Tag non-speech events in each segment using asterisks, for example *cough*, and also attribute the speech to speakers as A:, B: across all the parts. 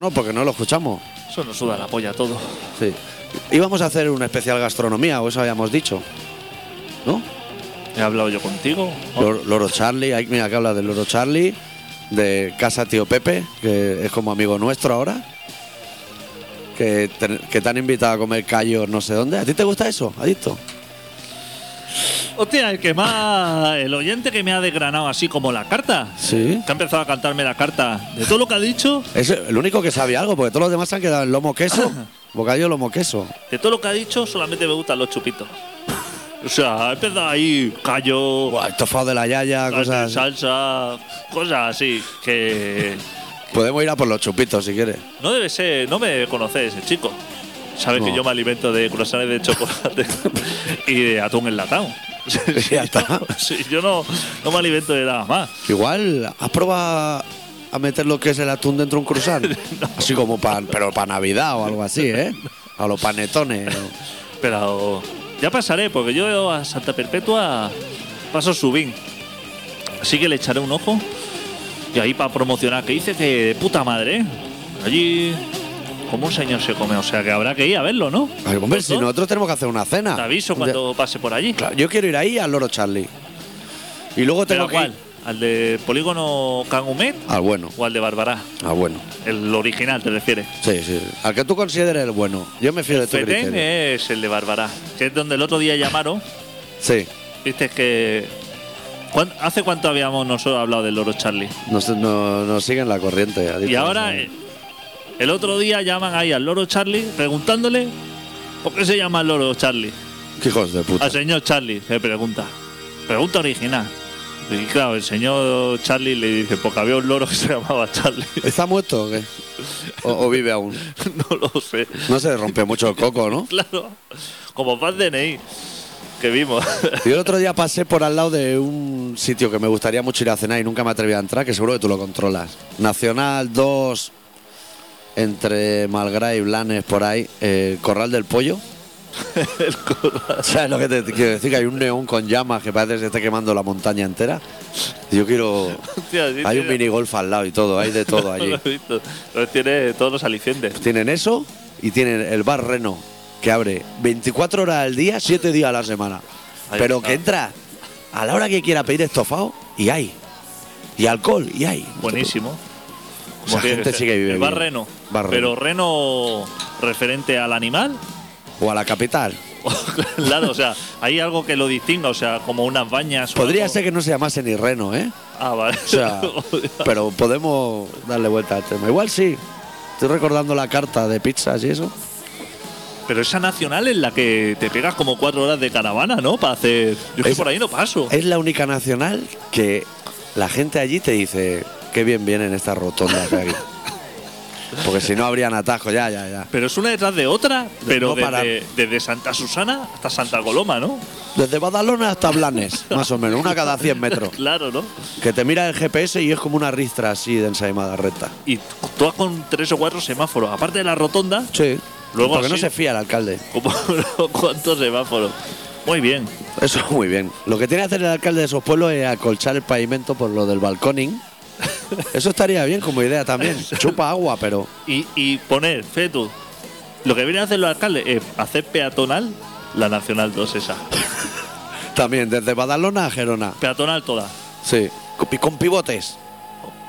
A: No, porque no lo escuchamos.
B: Eso nos suda la polla todo.
A: Sí. Íbamos a hacer un especial gastronomía, o eso habíamos dicho. ¿No?
B: He hablado yo contigo.
A: Lor- Loro Charlie, ahí mira que habla del Loro Charlie, de Casa Tío Pepe, que es como amigo nuestro ahora. Que te, que te han invitado a comer callos no sé dónde. ¿A ti te gusta eso, Adicto?
B: Hostia, el que más. El oyente que me ha desgranado así como la carta.
A: Sí.
B: Que ha empezado a cantarme la carta de todo lo que ha dicho,
A: Es el único que sabía algo, porque todos los demás se han quedado en lomo
B: *coughs*
A: queso, bocadillo lomo queso.
B: de todo lo que ha dicho, solamente me gustan los chupitos. O sea, ha empezado ahí callo,
A: Buah, estofado de la yaya,
B: carne,
A: cosas. así.
B: salsa, cosas así que
A: Podemos ir a por los chupitos si quieres.
B: no debe ser, no me conoce ese chico. Sabes
A: No.
B: que yo me alimento de croissants de chocolate *laughs* y de atún enlatado. *laughs*
A: *laughs* Ya está.
B: *laughs* Sí, yo no, no me alimento de nada más.
A: Igual, ¿has probado a meter lo que es el atún dentro de un
B: *laughs*
A: croissant? Así como para, pero para Navidad o algo así, ¿eh? A los panetones. o-
B: Pero ya pasaré, porque yo a Santa Perpetua paso subín. Así que le echaré un ojo. Y ahí para promocionar, que dice que de puta madre, ¿eh? Allí, como un señor se come, o sea que habrá que ir a verlo, ¿no?
A: Ay, hombre, si nosotros tenemos que hacer una cena.
B: Te aviso cuando pase por allí.
A: Claro, yo quiero ir ahí al loro Charlie. Y luego
B: ¿Pero
A: tengo
B: a
A: que ir-
B: cuál? ¿Al de Polígono Cangumet
A: Al bueno,
B: o al de Barbará?
A: al bueno.
B: El original, te refieres.
A: Sí, sí. Al que tú consideres el bueno. Yo me fío de tu
B: Petén
A: criterio.
B: es el de Barbará, que es donde el otro día llamaron.
A: Sí.
B: Viste que. ¿Cuán- ¿Hace cuánto habíamos nosotros hablado del loro Charlie?
A: Nos, no- nos siguen la corriente.
B: Y
A: adictos.
B: ahora, eh, el otro día llaman ahí al loro Charlie preguntándole por qué se llama el loro Charlie.
A: Qué hijos de puta.
B: Al señor Charlie le pregunta. Pregunta original. Y claro, el señor Charlie le dice, porque había un loro que se *laughs* llamaba Charlie.
A: ¿Está muerto o qué? O, o vive aún?
B: no lo sé.
A: No se le rompió mucho el coco, ¿no?
B: Claro. Como Paz DNI que vimos. *laughs*
A: Yo el otro día pasé por al lado de un sitio que me gustaría mucho ir a cenar y nunca me atreví a entrar, que seguro que tú lo controlas. Nacional 2, entre Malgra y Blanes, por ahí, eh, Corral del Pollo. ¿Sabes lo que te quiero decir? Que hay un neón con llamas que parece que se está quemando la montaña entera. Yo quiero...
B: Hostia, sí,
A: Hay
B: sí,
A: un minigolf al lado y todo, hay de todo
B: no lo
A: allí.
B: he visto. Pero tiene todos los alicientes.
A: Tienen eso y tienen el bar Reno, que abre 24 horas al día, 7 días a la semana.
B: Ahí
A: Pero
B: está.
A: que entra a la hora que quiera pedir estofado y hay. Y alcohol y hay.
B: Buenísimo.
A: O sea,
B: tiene
A: gente
B: ser.
A: sí que vive
B: El bar
A: bien.
B: reno.
A: Bar
B: Pero
A: Reno.
B: reno referente al animal. *laughs*
A: O a la capital.
B: claro, o sea, hay algo que lo distinga, o sea, como unas bañas. o
A: Podría
B: algo.
A: ser que no se llamase ni Reno, ¿eh?
B: Ah, vale.
A: O
B: *laughs*
A: sea, pero podemos darle vuelta al tema. Igual sí. Estoy recordando la carta de pizzas y eso.
B: pero esa nacional es la que te pegas como cuatro horas de caravana, ¿no? Para hacer. Yo es que
A: Es-
B: por ahí no paso.
A: Es la única nacional que la gente allí te dice qué bien vienen estas rotondas de
B: *laughs*
A: aquí. Porque si no habrían atasco, ya, ya, ya.
B: Pero es una detrás de otra, pero
A: no parar.
B: desde, desde Santa Susana hasta Santa Coloma, ¿no?
A: Desde Badalona hasta Blanes, más o menos, una cada 100 metros.
B: Claro, ¿no?
A: Que te mira el GPS y es como una ristra así de ensaimada recta.
B: Y t- todas con tres o cuatro semáforos. Aparte de la rotonda,
A: Sí.
B: Luego
A: Porque no
B: así.
A: se fía el alcalde.
B: como *laughs* unos cuantos semáforos. Muy bien.
A: Eso muy bien. Lo que tiene que hacer el alcalde de esos pueblos es acolchar el pavimento por lo del balconing. Eso estaría bien como idea también. Chupa agua, pero.
B: Y, y poner, Fetu, lo que vienen a hacer los alcaldes es hacer peatonal la Nacional 2 esa.
A: También, desde Badalona a Gerona.
B: Peatonal toda.
A: Sí. Con pi- Con pivotes.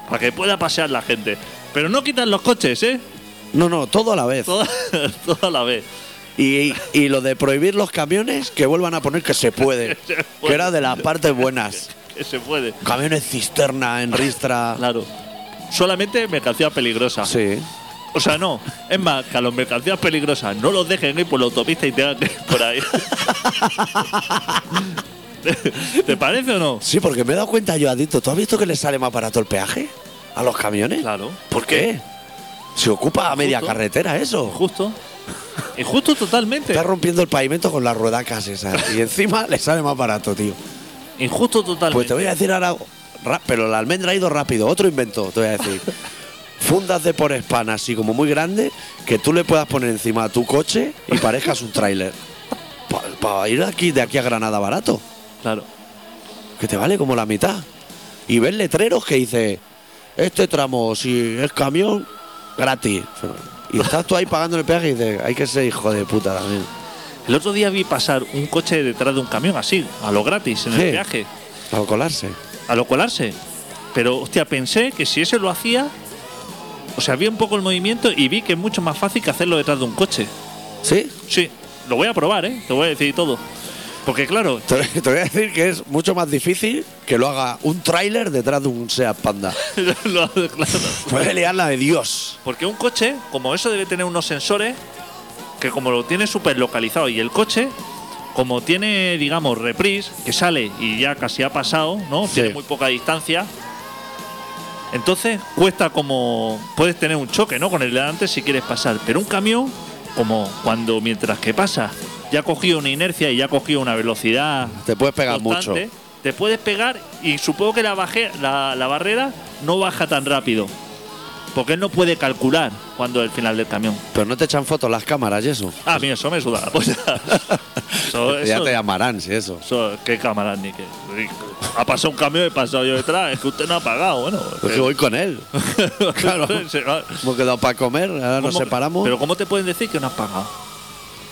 B: Para que pueda pasear la gente. Pero no quitan los coches, ¿eh? *laughs*
A: No, no, todo a la vez.
B: Toda, toda la vez.
A: Y, y lo de prohibir los camiones, que vuelvan a poner que *laughs* se puede.
B: se puede.
A: Que era de las partes buenas.
B: Que se puede.
A: Camiones cisterna en ristra.
B: Claro. Solamente mercancías peligrosas.
A: Sí.
B: O sea, no. Es más, que a los mercancías peligrosas no los dejen ir por la autopista y tengan que ir por ahí. *laughs* ¿Te- ¿Te parece o no?
A: Sí, porque me he dado cuenta yo, Adicto. ¿Tú has visto que les sale más barato el peaje a los camiones?
B: Claro.
A: ¿Por qué? Se ocupa a media
B: Justo.
A: carretera eso.
B: Justo. Injusto totalmente.
A: Está rompiendo el pavimento con las ruedacas esas. Y encima le sale más barato, tío.
B: Injusto
A: Pues te
B: totalmente.
A: voy a decir ahora. ra- Pero la almendra ha ido rápido. Otro invento, te voy a
B: *laughs*
A: decir. Fundas de por espana, así como muy grande, que tú le puedas poner encima a tu coche y parezcas un tráiler. Para ir aquí, de aquí a Granada barato.
B: Claro.
A: que te vale como la mitad. Y ves letreros que dice, este tramo, si es camión, gratis. Y estás tú ahí pagando el peaje y dices, hay que ser hijo de puta también.
B: El otro día vi pasar un coche detrás de un camión, así, a lo gratis, en el
A: Sí.
B: viaje,
A: A colarse.
B: a lo colarse. Pero, hostia, pensé que si ese lo hacía, o sea, vi un poco el movimiento y vi que es mucho más fácil que hacerlo detrás de un coche.
A: ¿Sí?
B: Sí, lo voy a probar, ¿eh? Te voy a decir todo. Porque, claro, *laughs*
A: Te, te voy a decir que es mucho más difícil que lo haga un tráiler detrás de un Seat Panda.
B: lo- claro, *laughs*
A: Puede liar la de Dios.
B: Porque un coche, como eso debe tener unos sensores, que como lo tiene súper localizado, y el coche, como tiene, digamos, reprise, que sale y ya casi ha pasado, ¿no?
A: Sí.
B: Tiene muy poca distancia. Entonces cuesta como. Puedes tener un choque, ¿no? Con el de delante si quieres pasar. Pero un camión, como cuando mientras que pasa, ya ha cogido una inercia y ya ha cogido una velocidad
A: Te puedes pegar
B: constante,
A: mucho.
B: Te puedes pegar y supongo que la, baje, la, la barrera no baja tan rápido. Porque él no puede calcular cuando es el final del camión.
A: Pero no te echan fotos las cámaras y eso.
B: Ah, mira, eso me suda la polla. *laughs* Eso-
A: ya
B: eso-
A: te llamarán si eso.
B: eso- qué cámara, ni qué. Ha pasado un camión y he pasado yo detrás. Es que usted no ha pagado, bueno.
A: Es Pues que voy *laughs* con él.
B: *laughs*
A: claro.
B: Se va.
A: Hemos quedado para comer, ahora nos
B: ¿Cómo-
A: separamos.
B: Pero ¿cómo te pueden decir que no has pagado?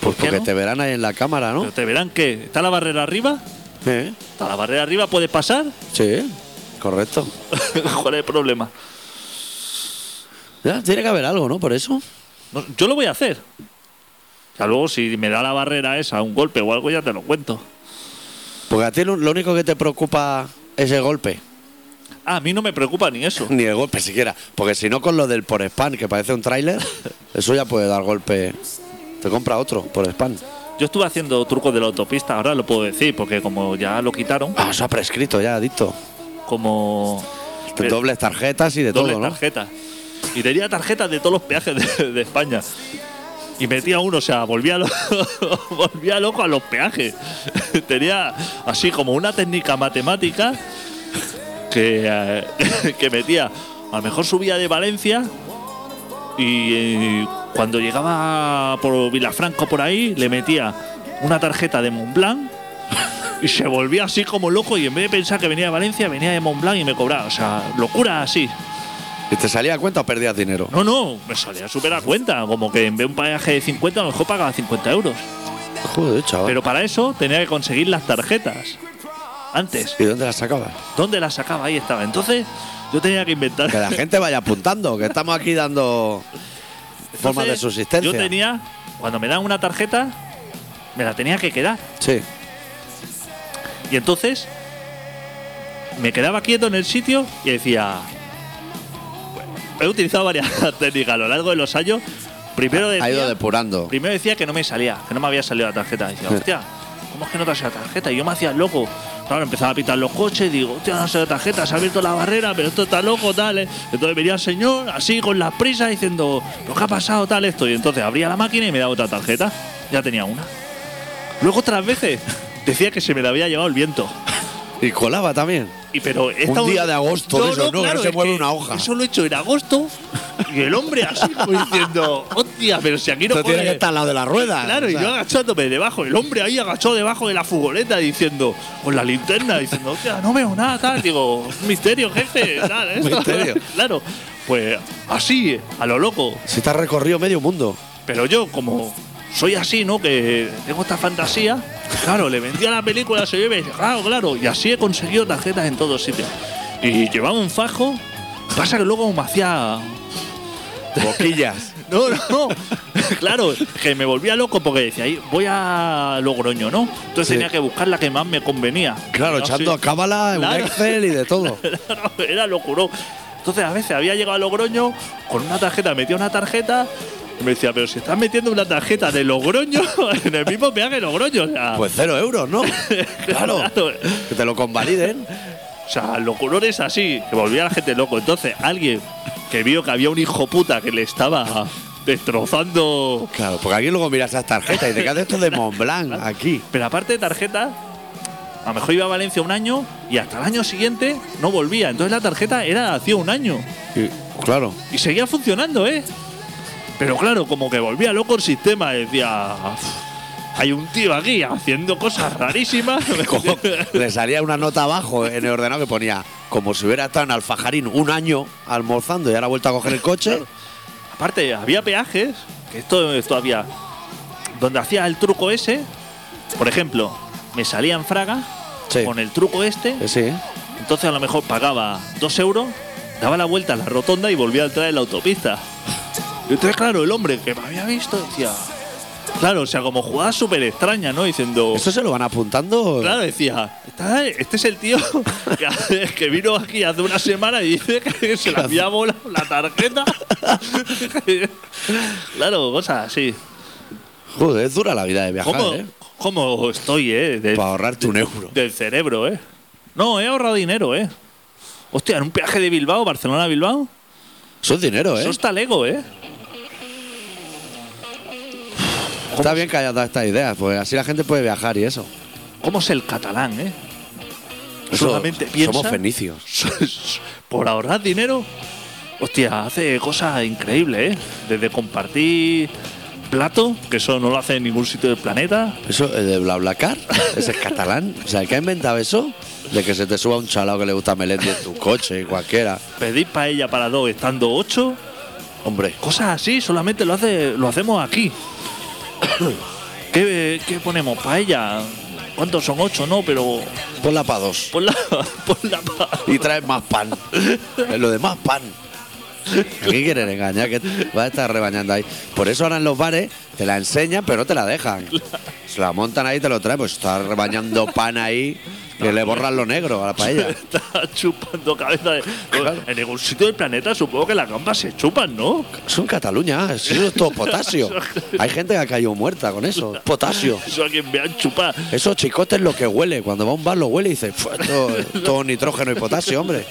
A: pues
B: ¿por qué
A: porque
B: no?
A: te verán ahí en la cámara, ¿no?
B: Pero te verán que está la barrera arriba.
A: ¿Eh?
B: Está la barrera arriba, puedes pasar. *laughs*
A: Sí, correcto.
B: ¿Cuál es el problema?
A: Ya, tiene que haber algo, ¿no? Por eso.
B: No, yo lo voy a hacer. O sea, luego si me da la barrera esa, un golpe o algo, ya te lo cuento.
A: Porque a ti lo, lo único que te preocupa es el golpe.
B: Ah, a mí no me preocupa ni eso.
A: Ni el golpe siquiera. Porque si no, con lo del por spam, que parece un
B: *laughs*
A: tráiler, eso ya puede dar golpe. Te compra otro por spam.
B: Yo estuve haciendo trucos de la autopista, ahora lo puedo decir, porque como ya lo quitaron,
A: Ah, eso ha prescrito ya, adicto.
B: como
A: De
B: Eh,
A: dobles tarjetas y de
B: doble
A: todo, ¿no?
B: tarjeta. Y tenía tarjetas de todos los peajes de, de España. Y metía uno, o sea, volvía, lo- *laughs* volvía loco a los peajes. *laughs* tenía así como una técnica matemática que, eh, *laughs* que metía. A lo mejor subía de Valencia y eh, cuando llegaba por Vilafranco por ahí, le metía una tarjeta de Montblanc y se volvía así como loco y en vez de pensar que venía de Valencia, venía de Montblanc y me cobraba. O sea, locura así.
A: ¿Y te salía a cuenta o perdías dinero?
B: No, no, me salía súper a cuenta. Como que en vez de un pasaje de 50, a lo mejor pagaba 50 euros.
A: Joder, chaval.
B: Pero para eso tenía que conseguir las tarjetas. Antes,
A: ¿Y dónde las sacabas?
B: ¿dónde las sacaba? Ahí estaba. Entonces, yo tenía que inventar.
A: Que la gente vaya apuntando, que estamos aquí dando formas de
B: Entonces,
A: subsistencia.
B: Yo tenía, cuando me dan una tarjeta, me la tenía que quedar.
A: Sí.
B: Y entonces me quedaba quieto en el sitio y decía. He utilizado varias *laughs* técnicas a lo largo de los años. Primero
A: Ha ido
B: decía-
A: depurando.
B: Primero decía que no me salía, que no me había salido la tarjeta. Decía,
A: Sí.
B: hostia, ¿cómo es que no te ha salido la tarjeta? Y yo me hacía loco. Claro, empezaba a pitar los coches, digo, hostia, no ha salido la tarjeta, se ha abierto la barrera, pero esto está loco, tal. eh. Entonces venía el señor, así, con las prisas, diciendo, ¿lo que ha pasado, tal, esto? Y entonces abría la máquina y me daba otra tarjeta. Ya tenía una. Luego otras veces *laughs* decía que se me la había llevado el viento.
A: Y colaba también.
B: Y pero esta
A: Un día de agosto de esos, ¿no? Que no se
B: es
A: mueve
B: que
A: una hoja.
B: Eso lo he hecho en agosto y el hombre así como diciendo, hostia, pero si aquí no
A: Esto tiene
B: pone-
A: que estar al lado de la rueda.
B: Claro,
A: o
B: y
A: sea.
B: yo agachándome debajo. El hombre ahí agachó debajo de la furgoneta diciendo, con la linterna, diciendo, hostia, no veo nada, tal. Digo, "Un misterio, jefe, tal. esto".
A: Misterio.
B: *laughs* claro. Pues así, a lo loco.
A: Si te has recorrido medio mundo.
B: Pero yo, como soy así, ¿no? Que tengo esta fantasía. Claro, le vendía la película, se lleve, claro, claro. Y así he conseguido tarjetas en todos sitios. Y llevaba un fajo. Pasa que luego me hacía
A: Boquillas.
B: *laughs* no, no. claro, que me volvía loco porque decía, "Ay, voy a Logroño, ¿no? Entonces
A: Sí.
B: tenía que buscar la que más me convenía.
A: *laughs* claro,
B: No,
A: echando
B: sí. *laughs*
A: a cábala, un
B: Claro.
A: Excel y de
B: *laughs*
A: todo.
B: Claro, Era locuro. Entonces a veces había llegado a Logroño con una tarjeta, metía una tarjeta y me decía, pero si estás metiendo una tarjeta de Logroño *laughs* en el mismo peaje de Logroño. O sea, *laughs*
A: Pues cero euros, ¿no? Claro. Que te lo convaliden.
B: O sea, lo color es así, que volvía la gente loco. Entonces, alguien que vio que había un hijo puta que le estaba destrozando.
A: Claro, porque aquí luego miras las tarjetas y te quedas esto de Montblanc aquí.
B: Pero aparte de tarjeta, a lo mejor iba a Valencia un año y hasta el año siguiente no volvía. Entonces la tarjeta era hacía un año
A: Y- claro.
B: y seguía funcionando, ¿eh? Pero claro, como que volvía loco el sistema, y decía. "Uf, Hay un tío aquí haciendo cosas
A: *laughs*
B: rarísimas.
A: Como- le salía una nota abajo en el ordenador que ponía como si hubiera estado en Alfajarín un año almorzando y ahora ha vuelto a coger el coche.
B: Aparte, había peajes, que esto, esto había. Donde hacía el truco ese, por ejemplo, me salía en Fraga
A: Sí.
B: con el truco este,
A: Eh, Sí, ¿eh?
B: entonces a lo mejor pagaba 2 euros, daba la vuelta a la rotonda y volvía a entrar en la autopista. Y entonces, claro, el hombre que me había visto decía. Claro, o sea, como jugada súper extraña, ¿no? Diciendo.
A: ¿Esto se lo van apuntando?
B: Oh. Claro, decía, "Está- este es el tío *laughs* que, que vino aquí hace una semana y dice que se le había volado la tarjeta. *laughs* claro, cosas así.
A: Joder, es dura la vida de viajar,
B: ¿Cómo,
A: ¿eh?
B: cómo estoy, eh? del-
A: Para ahorrarte un euro.
B: del cerebro, eh. No, he ahorrado dinero, eh. Hostia, en un peaje de Bilbao, Barcelona a Bilbao,
A: Eso es dinero, ¿eh?
B: eso está lego, eh.
A: Está bien que hayas dado estas ideas, pues así la gente puede viajar y eso.
B: ¿Cómo es el catalán,
A: *laughs*
B: eh?
A: Eso-
B: Solamente piensa-
A: Somos fenicios.
B: por ahorrar dinero, hostia, hace cosas increíbles, ¿eh? Desde compartir plato, que eso no lo hace en ningún sitio del planeta.
A: Eso eh, de BlaBlaCar, *laughs* ese es catalán. O sea, el que ha inventado eso, de que se te suba un chalao que le gusta Melendi en tu coche, cualquiera.
B: Pedir paella para dos estando ocho,
A: Hombre,
B: cosas así, solamente lo, hace, lo hacemos aquí. *coughs* ¿Qué, qué ponemos? ¿Paella? ¿Cuántos son ocho? No, pero
A: ponla para dos.
B: por *laughs* la, por la pa-
A: Y traes más
B: *laughs*
A: pan. Eh, Lo de más pan. ¿A qué quieren engañar? Que vas a estar rebañando ahí. Por eso ahora en los bares te la enseñan, pero no te la dejan. Se la montan ahí y te lo traen. Pues estás rebañando pan ahí que le borran lo negro a la paella.
B: *laughs* Está chupando cabeza de-
A: Claro.
B: En ningún sitio del planeta supongo que las gambas se chupan, ¿no?
A: Eso en Cataluña, eso es
B: *laughs*
A: todo potasio. Hay gente que ha caído muerta con eso. Potasio.
B: Eso a quien vean chupar.
A: Eso, chicote, es lo que huele. Cuando va a un bar lo huele y dice, "Fu, esto es todo nitrógeno y potasio, hombre.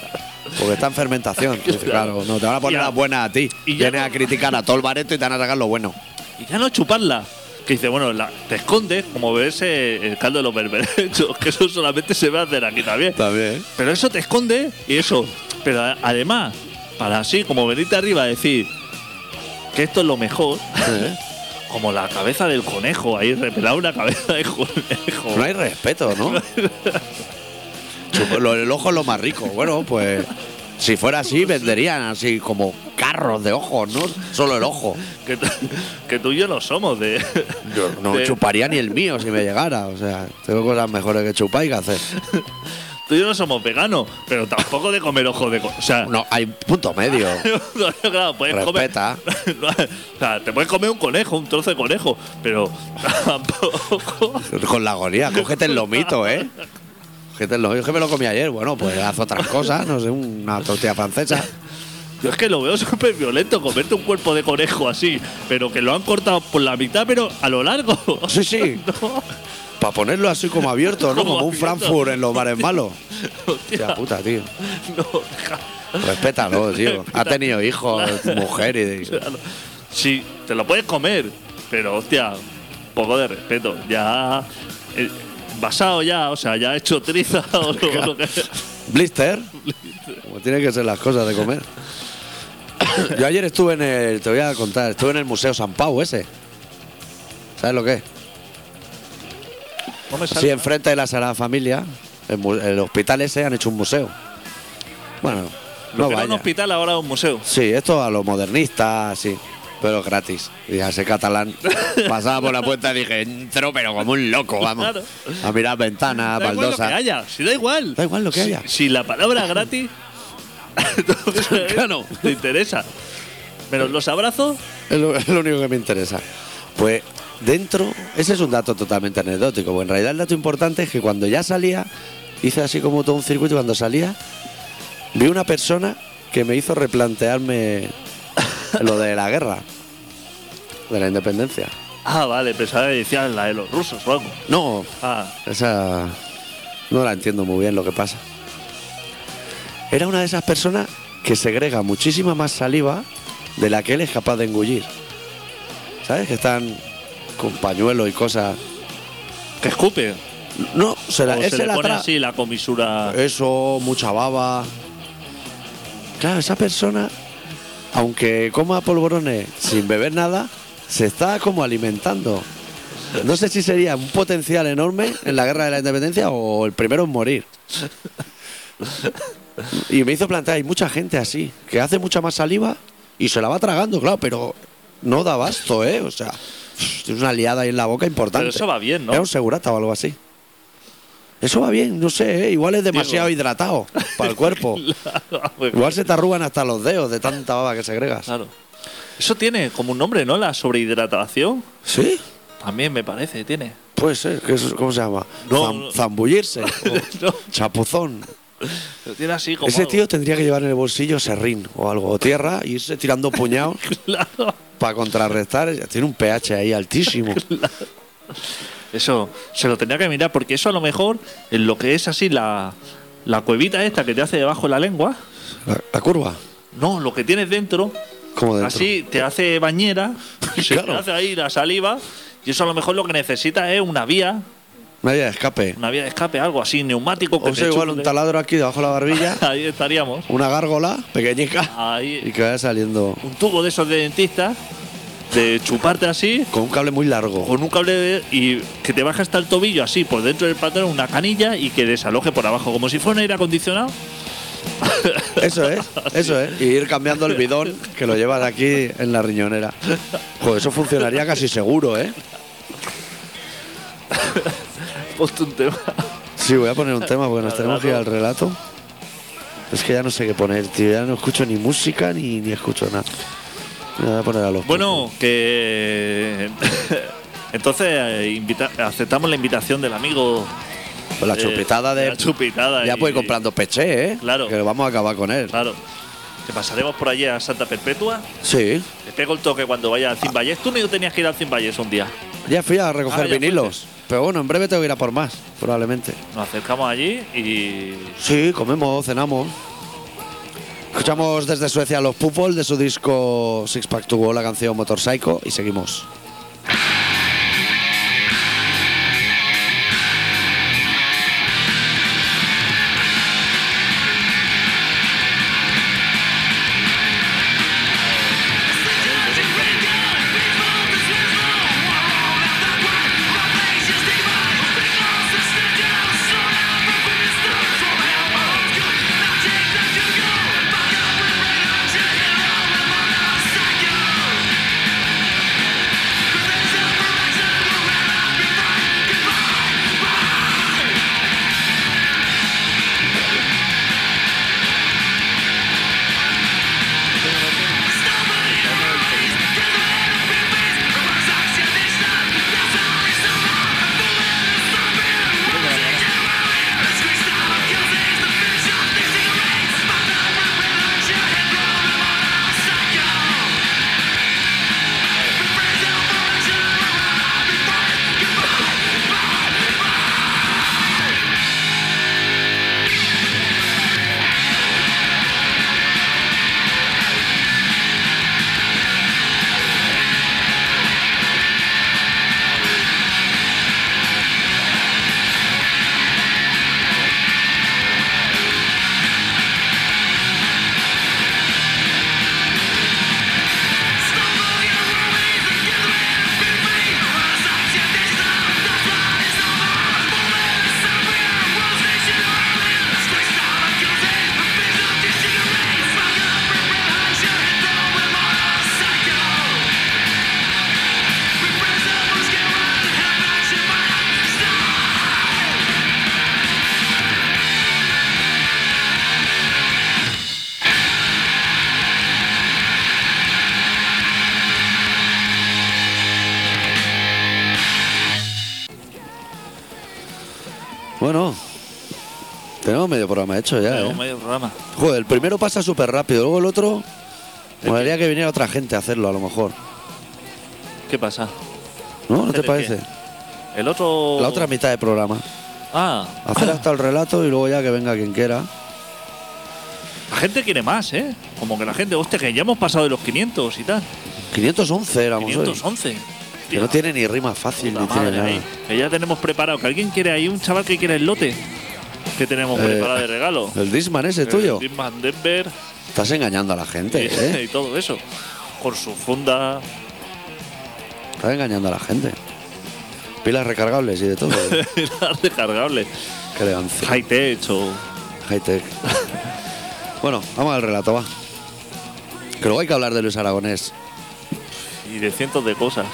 A: Porque está en
B: *laughs*
A: fermentación. Dice, claro, no, te van a poner
B: Y a-
A: las buenas a ti.
B: y ya
A: Vienes
B: no-
A: a criticar a todo el bareto y te van a sacar lo bueno.
B: Y ya no chuparla. Que dice, bueno, la- te escondes como beberse el caldo de los berberechos, *laughs* que eso solamente se ve hacer aquí también.
A: También.
B: Pero eso te esconde y eso. Pero a- además, para así, como venirte arriba a decir que esto es lo mejor, *laughs*
A: ¿Eh?
B: como la cabeza del conejo, ahí repelar una cabeza de conejo.
A: No hay respeto,
B: *laughs*
A: ¿no? Chupo- lo- el ojo es lo más rico. Bueno, pues si fuera así, venderían así como carros de ojos, ¿no? Solo el ojo.
B: Que, t- que tú y yo no somos de. *laughs*
A: Yo no
B: de-
A: chuparía ni el mío si me llegara. O sea, tengo cosas mejores que chupar y que hacer.
B: Tú y yo no somos veganos, pero tampoco de comer ojos de. co- O sea,
A: No, hay punto medio.
B: *laughs* No, no, claro, puedes
A: Respeta.
B: comer. No, *laughs* o sea, te puedes comer un conejo, un trozo de conejo, pero *laughs* tampoco.
A: Con la agonía, cógete el lomito, ¿eh? Cógete el lomito. Es que me lo comí ayer. Bueno, pues haz otras cosas, no sé, una tortilla francesa.
B: Yo es que lo veo súper violento comerte un cuerpo de conejo así, pero que lo han cortado por la mitad, pero a lo largo. *laughs*
A: Sí, sí.
B: No,
A: Para ponerlo así como abierto, ¿no?
B: Como
A: Como un
B: abierto.
A: Frankfurt en los bares malos.
B: hostia,
A: Hostia puta, tío.
B: no, deja-
A: Respétalo, tío. Ha
B: Respeta.
A: tenido hijos, mujer y.
B: claro. Sí, te lo puedes comer, pero hostia, un poco de respeto. Ya. eh, basado ya, o sea, ya hecho triza o
A: *laughs*
B: lo- lo que
A: Blister. Como tienen que ser las cosas de
B: *coughs*
A: comer. Yo ayer estuve en el. Te voy a contar, estuve en el Museo San Pau ese. ¿Sabes lo que es?
B: No me
A: Sí,
B: sale.
A: enfrente de la Sagrada Familia, el, mu- el hospital ese, han hecho un museo. Bueno,
B: Lo
A: no
B: que era un
A: vaya.
B: hospital ahora es un museo.
A: Sí, esto a los modernistas, sí. Pero gratis. Y a ese
B: *laughs*
A: catalán pasaba por la puerta y dije, entro, pero como un loco, vamos.
B: Claro.
A: A mirar ventanas,
B: Da igual lo que
A: baldosas.
B: haya, si da igual.
A: Da igual lo que
B: Si-
A: haya.
B: Si, la palabra
A: *laughs*
B: es gratis, entonces,
A: Claro.
B: te interesa. Menos los abrazos,
A: Es lo, *laughs* es lo único que me interesa. Pues dentro, ese es un dato totalmente anecdótico. porque en realidad el dato importante es que cuando ya salía, hice así como todo un circuito, y cuando salía, vi una persona que me hizo replantearme *laughs* lo de la guerra, de la independencia.
B: ah, vale, pensaba que decías la de los rusos o algo.
A: No,
B: Ah,
A: esa no la entiendo muy bien lo que pasa. Era una de esas personas que segrega muchísima más saliva de la que él es capaz de engullir. ¿Sabes? Que están con pañuelos y cosas.
B: que escupe.
A: No, se la,
B: o
A: él se
B: se le
A: la Eh,
B: pone
A: tra-
B: así la comisura.
A: Eso, mucha baba. Claro, esa persona, aunque coma polvorones sin beber nada, se está como alimentando. No sé si sería un potencial enorme en la guerra de la independencia o el primero en morir. Y me hizo plantear, hay mucha gente así, que hace mucha más saliva Y se la va tragando, claro, pero no da basto, ¿eh? O sea, tiene una liada ahí en la boca importante.
B: Pero eso va bien, ¿no? *laughs*
A: Era ¿Eh? un segurata o algo así. Eso va bien, no sé, ¿eh? igual es demasiado
B: Digo.
A: hidratado para el
B: *laughs*
A: cuerpo. Igual se te arrugan hasta los dedos de tanta baba que segregas.
B: Claro. Eso tiene como un nombre, ¿no? La sobrehidratación.
A: ¿Sí?
B: También me parece, tiene.
A: Puede ser, ¿qué es- ¿cómo se llama?
B: No,
A: Zam-
B: no.
A: zambullirse.
B: *laughs* No.
A: o chapuzón.
B: Lo tiene así como.
A: Ese
B: algo.
A: tío tendría que llevar en el bolsillo serrín o algo, o tierra, y irse tirando
B: *laughs*
A: puñados
B: *laughs* Claro.
A: para contrarrestar. Tiene un pH ahí altísimo.
B: Eso se lo tendría que mirar, porque eso a lo mejor, en lo que es así, la, la cuevita esta que te hace debajo de la lengua,
A: La, la curva,
B: no, lo que tienes dentro,
A: como dentro.
B: así te
A: *laughs*
B: hace bañera, se te
A: Claro.
B: hace ahí la saliva, y eso a lo mejor lo que necesitas es una vía,
A: Nadie escape.
B: una vía de escape, algo así, neumático que
A: O sea,
B: te
A: igual
B: chufle.
A: un taladro aquí debajo de la
B: *laughs*
A: barbilla,
B: Ahí estaríamos.
A: una gárgola
B: Ah,
A: pequeñica, y
B: Ahí,
A: que vaya saliendo
B: un tubo de esos de dentista, de chuparte así,
A: con un cable muy largo.
B: con un cable de- y que te baja hasta el tobillo así por dentro del pantalón una canilla y que desaloje por abajo como si fuera un aire acondicionado
A: Eso
B: *laughs*
A: es, eso es. Y ir cambiando el bidón que lo llevas aquí en la riñonera. Pues eso funcionaría casi seguro, ¿eh?
B: Ponte un tema
A: Sí, voy a poner un tema porque nos
B: Al
A: tenemos que ir al
B: relato.
A: relato. Es que ya no sé qué poner, tío. Ya no escucho ni música ni, ni escucho nada. Me voy a poner a los.
B: bueno que *laughs* entonces eh, invita- aceptamos la invitación del amigo
A: Pumas. Pues la
B: eh,
A: chupitada de.
B: la chupitada
A: ya
B: y-
A: puede ir comprando peché, ¿eh?
B: Claro.
A: Que vamos a acabar con él.
B: claro que pasaremos por allí a Santa Perpetua
A: Sí.
B: le pego el toque cuando vaya al Cimballés tú no tenías que ir al Cimballés un día
A: Ya fui a recoger
B: Ah, ya
A: vinilos. Pero bueno, en breve tengo que ir a por más, probablemente.
B: nos acercamos allí y
A: Sí, comemos, cenamos. Escuchamos desde Suecia a los Pupol de su disco Six Pack Tuvo la canción Motorcycle y seguimos. Bueno, tenemos medio programa hecho ya.
B: eh,
A: ¿eh?
B: medio programa
A: Joder, el primero pasa súper rápido, luego el otro. Me gustaría que viniera otra gente a hacerlo, a lo mejor.
B: ¿qué pasa?
A: ¿No? ¿No te
B: ¿Hacer el
A: parece?
B: el otro
A: La otra mitad de programa.
B: ah
A: Hacer hasta el relato y luego ya que venga quien quiera.
B: La gente quiere más, ¿eh? Como que la gente, hostia, que ya hemos pasado de los 500 y tal.
A: 511 éramos hoy.
B: 511.
A: Que no tiene ni rima fácil,
B: Puta
A: ni tiene
B: madre,
A: nada.
B: ahí. Que ya tenemos preparado. Que alguien quiere ahí, un chaval que quiere el lote. Que tenemos
A: Eh,
B: preparado de regalo.
A: El Disman ese tuyo.
B: Tim Van Denver
A: Estás engañando a la gente,
B: *laughs* y,
A: ¿eh?
B: y todo eso. Con su funda. *laughs*
A: Estás engañando a la gente. Pilas recargables y de todo. ¿eh?
B: recargable.
A: Qué elegancia.
B: High tech o.
A: High tech. Bueno, vamos al relato, va. Que luego hay que hablar de Luis Aragonés.
B: y de cientos de cosas.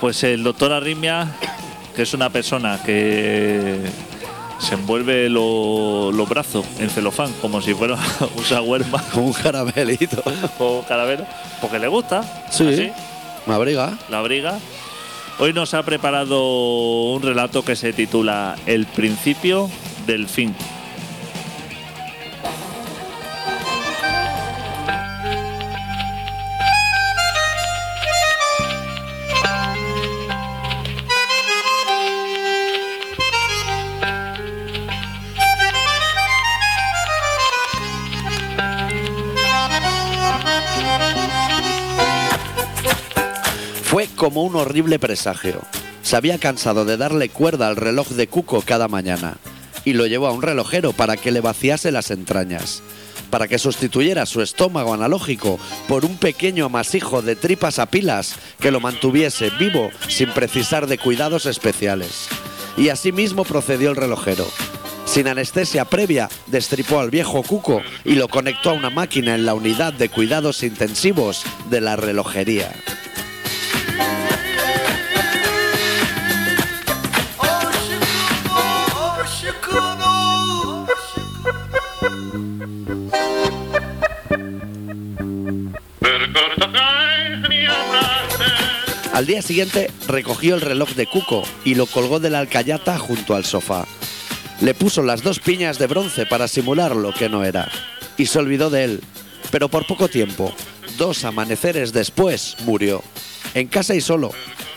B: Pues el doctor Arritmia, que es una persona que se envuelve lo- los brazos en celofán, como si fuera *laughs* un shawarma
A: Como un caramelito.
B: o calavero, porque le gusta.
A: Sí.
B: así,
A: Me abriga.
B: la briga. Hoy nos ha preparado un relato que se titula El principio del fin.
A: Fue como un horrible presagio. Se había cansado de darle cuerda al reloj de Cuco cada mañana y lo llevó a un relojero para que le vaciase las entrañas, para que sustituyera su estómago analógico por un pequeño amasijo de tripas a pilas que lo mantuviese vivo sin precisar de cuidados especiales. Y así mismo procedió el relojero. Sin anestesia previa, destripó al viejo Cuco y lo conectó a una máquina en la unidad de cuidados intensivos de la relojería. Al día siguiente recogió el reloj de Cuco y lo colgó de la alcayata junto al sofá. Le puso las dos piñas de bronce para simular lo que no era. Y se olvidó de él. Pero por poco tiempo, dos amaneceres después, murió. En casa y solo.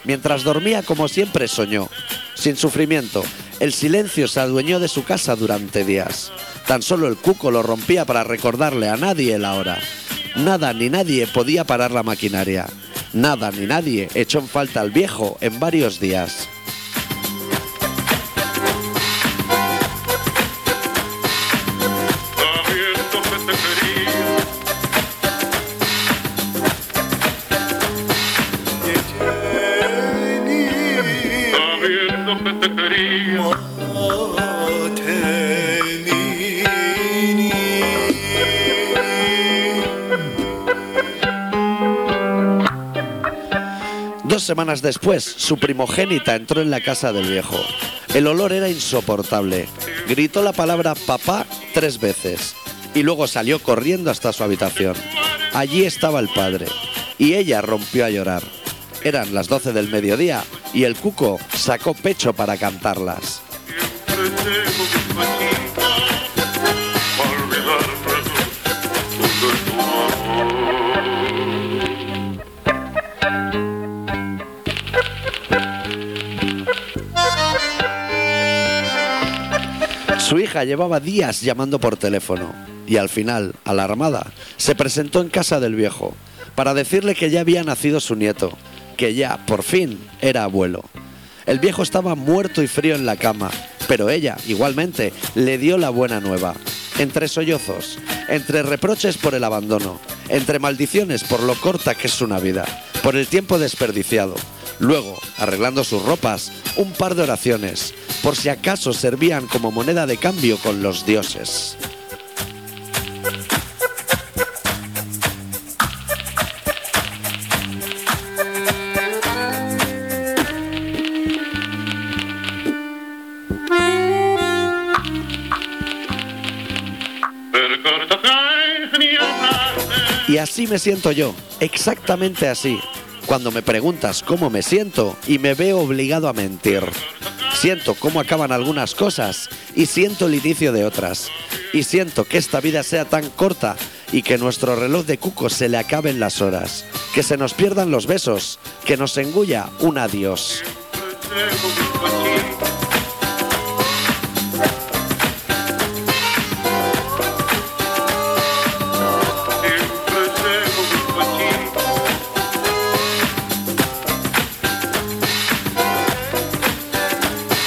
A: Mientras dormía como siempre soñó. Sin sufrimiento, el silencio se adueñó de su casa durante días. Tan solo el cuco lo rompía para recordarle a nadie la hora. Nada ni nadie podía parar la maquinaria. Nada ni nadie echó en falta al viejo en varios días.
C: sabiendo que te quería. Sabiendo que te quería.
A: Dos semanas después, su primogénita entró en la casa del viejo. El olor era insoportable. Gritó la palabra papá tres veces y luego salió corriendo hasta su habitación. Allí estaba el padre y ella rompió a llorar. Eran las 12 del mediodía y el cuco sacó pecho para cantarlas.
C: Siempre tengo mis machitas para olvidarme de tu amor.
A: Su hija llevaba días llamando por teléfono y al final, alarmada, se presentó en casa del viejo para decirle que ya había nacido su nieto, que ya, por fin, era abuelo. El viejo estaba muerto y frío en la cama, pero ella, igualmente, le dio la buena nueva. Entre sollozos, entre reproches por el abandono, entre maldiciones por lo corta que es una vida, por el tiempo desperdiciado, Luego, arreglando sus ropas, un par de oraciones, por si acaso servían como moneda de cambio con los dioses.
C: Recordarás mi abrazo.
A: Y así me siento yo, exactamente así. Cuando me preguntas cómo me siento y me veo obligado a mentir. Siento cómo acaban algunas cosas y siento el inicio de otras. Y siento que esta vida sea tan corta y que nuestro reloj de cuco se le acaben las horas, que se nos pierdan los besos, que nos engulla un adiós.
C: Tengo mis machitas Siempre tengo mis machitas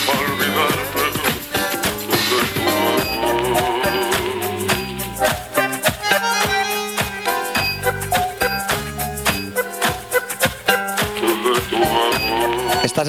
C: para olvidarme de tu amor. De tu amor.
A: Estás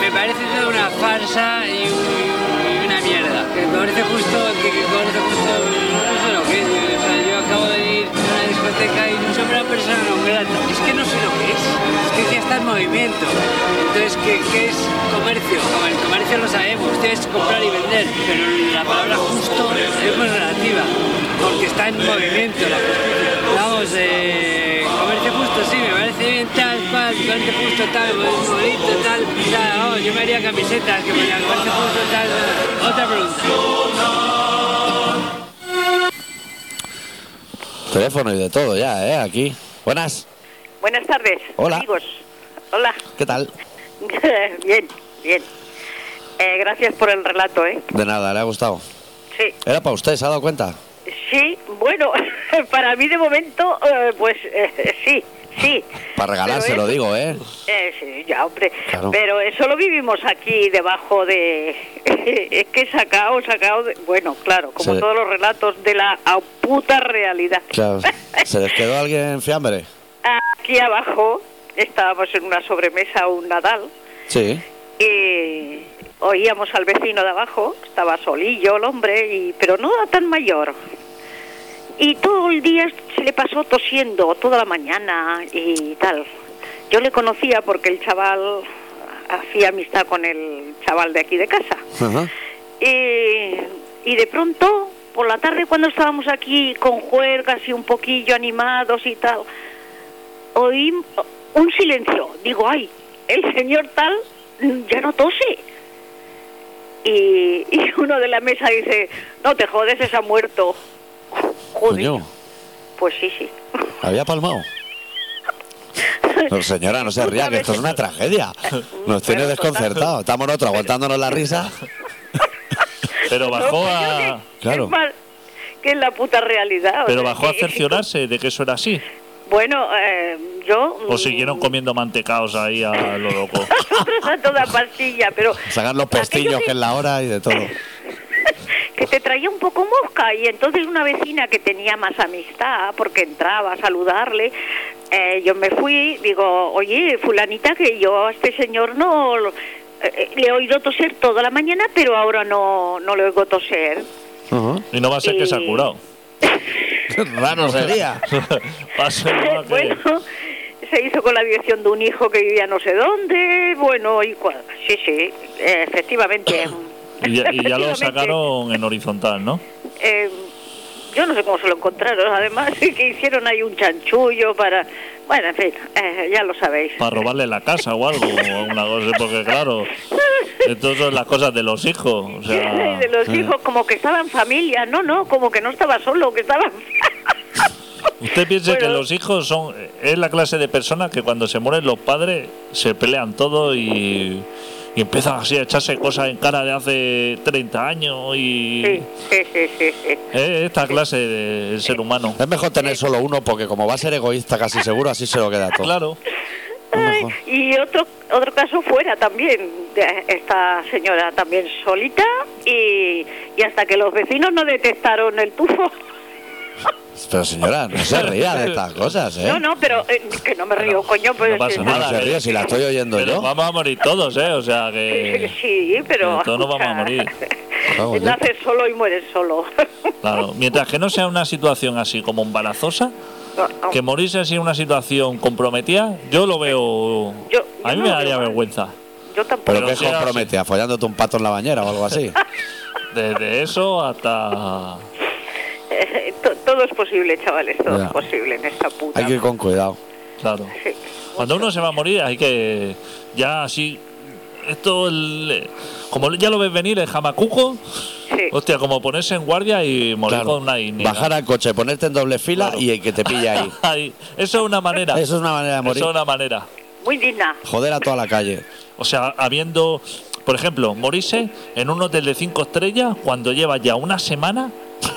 D: Me parece toda una falta. movimiento. Entonces, ¿qué, qué es comercio? Como el comercio lo sabemos, es comprar y vender, pero la palabra justo es muy relativa, porque está en movimiento la justicia. Vamos, eh, comercio justo, sí, me parece bien, tal, cual, comercio justo, tal, bonito, tal, tal, vamos, yo me haría camisetas, que ponía comercio justo, tal, otra pregunta.
A: Teléfono y de todo ya, ¿eh? Aquí. Buenas.
E: Buenas tardes,
A: Hola.
E: amigos. Hola. *laughs*
A: ¿Qué tal?
E: bien, bien. Eh, gracias por el relato, ¿eh?
A: De nada, le ha gustado.
E: Sí.
A: Era para usted, ¿se ha dado cuenta?
E: Sí, bueno, *laughs* para mí de momento, eh, pues eh, sí, sí.
A: Para regalarse,
E: Pero
A: lo
E: es-
A: digo, ¿eh?
E: Eh, sí, ya, hombre.
A: Claro.
E: Pero eso lo vivimos aquí debajo de... *laughs* es que sacado, sacado... de- Bueno, claro, como
A: Sí.
E: todos los relatos de la au- puta realidad.
A: Claro. *laughs* ¿Se les quedó alguien en fiambre?
E: *laughs* Aquí abajo estábamos en una sobremesa, un Nadal,
A: Sí.
E: y Eh, oíamos al vecino de abajo, estaba solillo el hombre, y, pero no era tan mayor. Y todo el día se le pasó tosiendo, toda la mañana y tal. Yo le conocía porque el chaval hacía amistad con el chaval de aquí de casa.
A: Ajá.
E: Eh, y de pronto, por la tarde, cuando estábamos aquí con juergas y un poquillo animados y tal, oí un silencio. Digo, ay, el señor tal mm, ya no tose. Y, y uno de la mesa dice, no te jodes, ese ha muerto. Joder.
A: Coño,
E: Pues sí, sí.
A: había palmado. No, señora, no se ría, que esto es una tragedia. Nos tiene
E: Pero
A: desconcertado. Estamos nosotros aguantándonos la risa.
B: Pero bajó
E: No,
B: a.
E: que-
A: Claro.
E: Es más, que es la puta realidad. o
B: Pero
E: sea,
B: bajó a
E: que-
B: cerciorarse de que eso era así.
E: *laughs* Bueno, eh, yo...
B: O
E: mm,
B: siguieron comiendo mantecaos ahí a lo loco.
E: Nosotros a toda pastilla, pero...
A: Sacar los
E: aquello
A: pestillos,
E: que-
A: que es la hora y de todo.
E: que te traía un poco mosca y entonces una vecina que tenía más amistad porque entraba a saludarle eh, yo me fui digo oye fulanita que yo a este señor no lo- eh, eh, le he oído toser toda la mañana pero ahora no no le oigo toser
A: Ujú.
B: Y no va a ser que se ha
E: *laughs*
B: curado.
A: Raro sería.
B: Va a ser
E: *laughs*
B: una que-
E: bueno se hizo con la dirección de un hijo que vivía no sé dónde bueno y cua- sí sí eh, efectivamente
B: Y ya, y ya lo
E: Efectivamente.
B: sacaron en horizontal, ¿no?
E: Eh, yo no sé cómo se lo encontraron, además *laughs* que hicieron ahí un chanchullo para... Bueno, en fin, eh, ya lo sabéis.
B: Para robarle la casa o algo, o una cosa, porque claro,
E: *laughs*
B: entonces son las cosas de los hijos. O sea,
E: de los hijos, como que estaba en familia, no, no, como que no estaba solo, que estaba...
B: usted piensa que
E: Bueno.
B: los hijos son es la clase de personas que cuando se mueren los padres se pelean todo y, y empiezan así a echarse cosas en cara de hace 30 años *laughs* y
E: Sí, sí, sí, sí, sí.
B: es esta clase de ser humano.
A: Es mejor tener solo uno porque como va a ser egoísta casi seguro, así se lo queda todo.
B: Claro,
E: Ay,
A: mejor.
E: y otro otro caso fuera también, de esta señora también solita y, y hasta que los vecinos no detectaron el tufo.
A: Pero señora, no se ría de estas cosas, ¿eh?
E: No, no, pero eh, que no me río, coño, pues...
B: no pasa
E: eh,
A: Bueno,
B: nada,
A: se ríe si la estoy oyendo
B: pero
A: yo.
B: vamos a morir todos, ¿eh? O sea
E: Sí,
B: que...
E: *laughs* sí, pero...
B: todos nos vamos a
E: escucha,
B: morir.
E: *laughs*
A: Vamos, ya.
E: Naces solo y mueres solo. *laughs*
B: Claro, mientras que no sea una situación así como embarazosa, que morirse así en una situación comprometida, yo lo veo.
E: Yo-
B: a mí
E: yo no
B: me
E: lo
B: daría
E: veo mal.
B: vergüenza.
E: Yo tampoco.
A: Pero
B: Pero
A: qué
B: si era-
A: compromete, afollándote un pato en la bañera o algo
B: *laughs*
A: así.
B: Desde eso hasta.
E: Eh, to- todo es posible, chavales, todo
A: Ya.
E: es posible en esta puta.
A: Hay que ir con cuidado.
B: Claro.
E: Sí.
B: Cuando uno se va a morir, hay que. Ya así. Esto. el- como ya lo ves venir, el jamacuco.
E: Sí.
B: Hostia, como ponerse en guardia y morir
A: Claro.
B: con una dignidad.
A: Bajar al coche, ponerte en doble fila
B: Claro.
A: y el que te pilla
B: *laughs*
A: ahí.
B: Ahí. Eso es una manera.
A: Eso es una manera de morir.
B: Eso es una manera.
E: Muy digna.
A: Joder a toda la calle.
B: O sea, habiendo, por ejemplo, morirse en un hotel de cinco estrellas cuando lleva ya una semana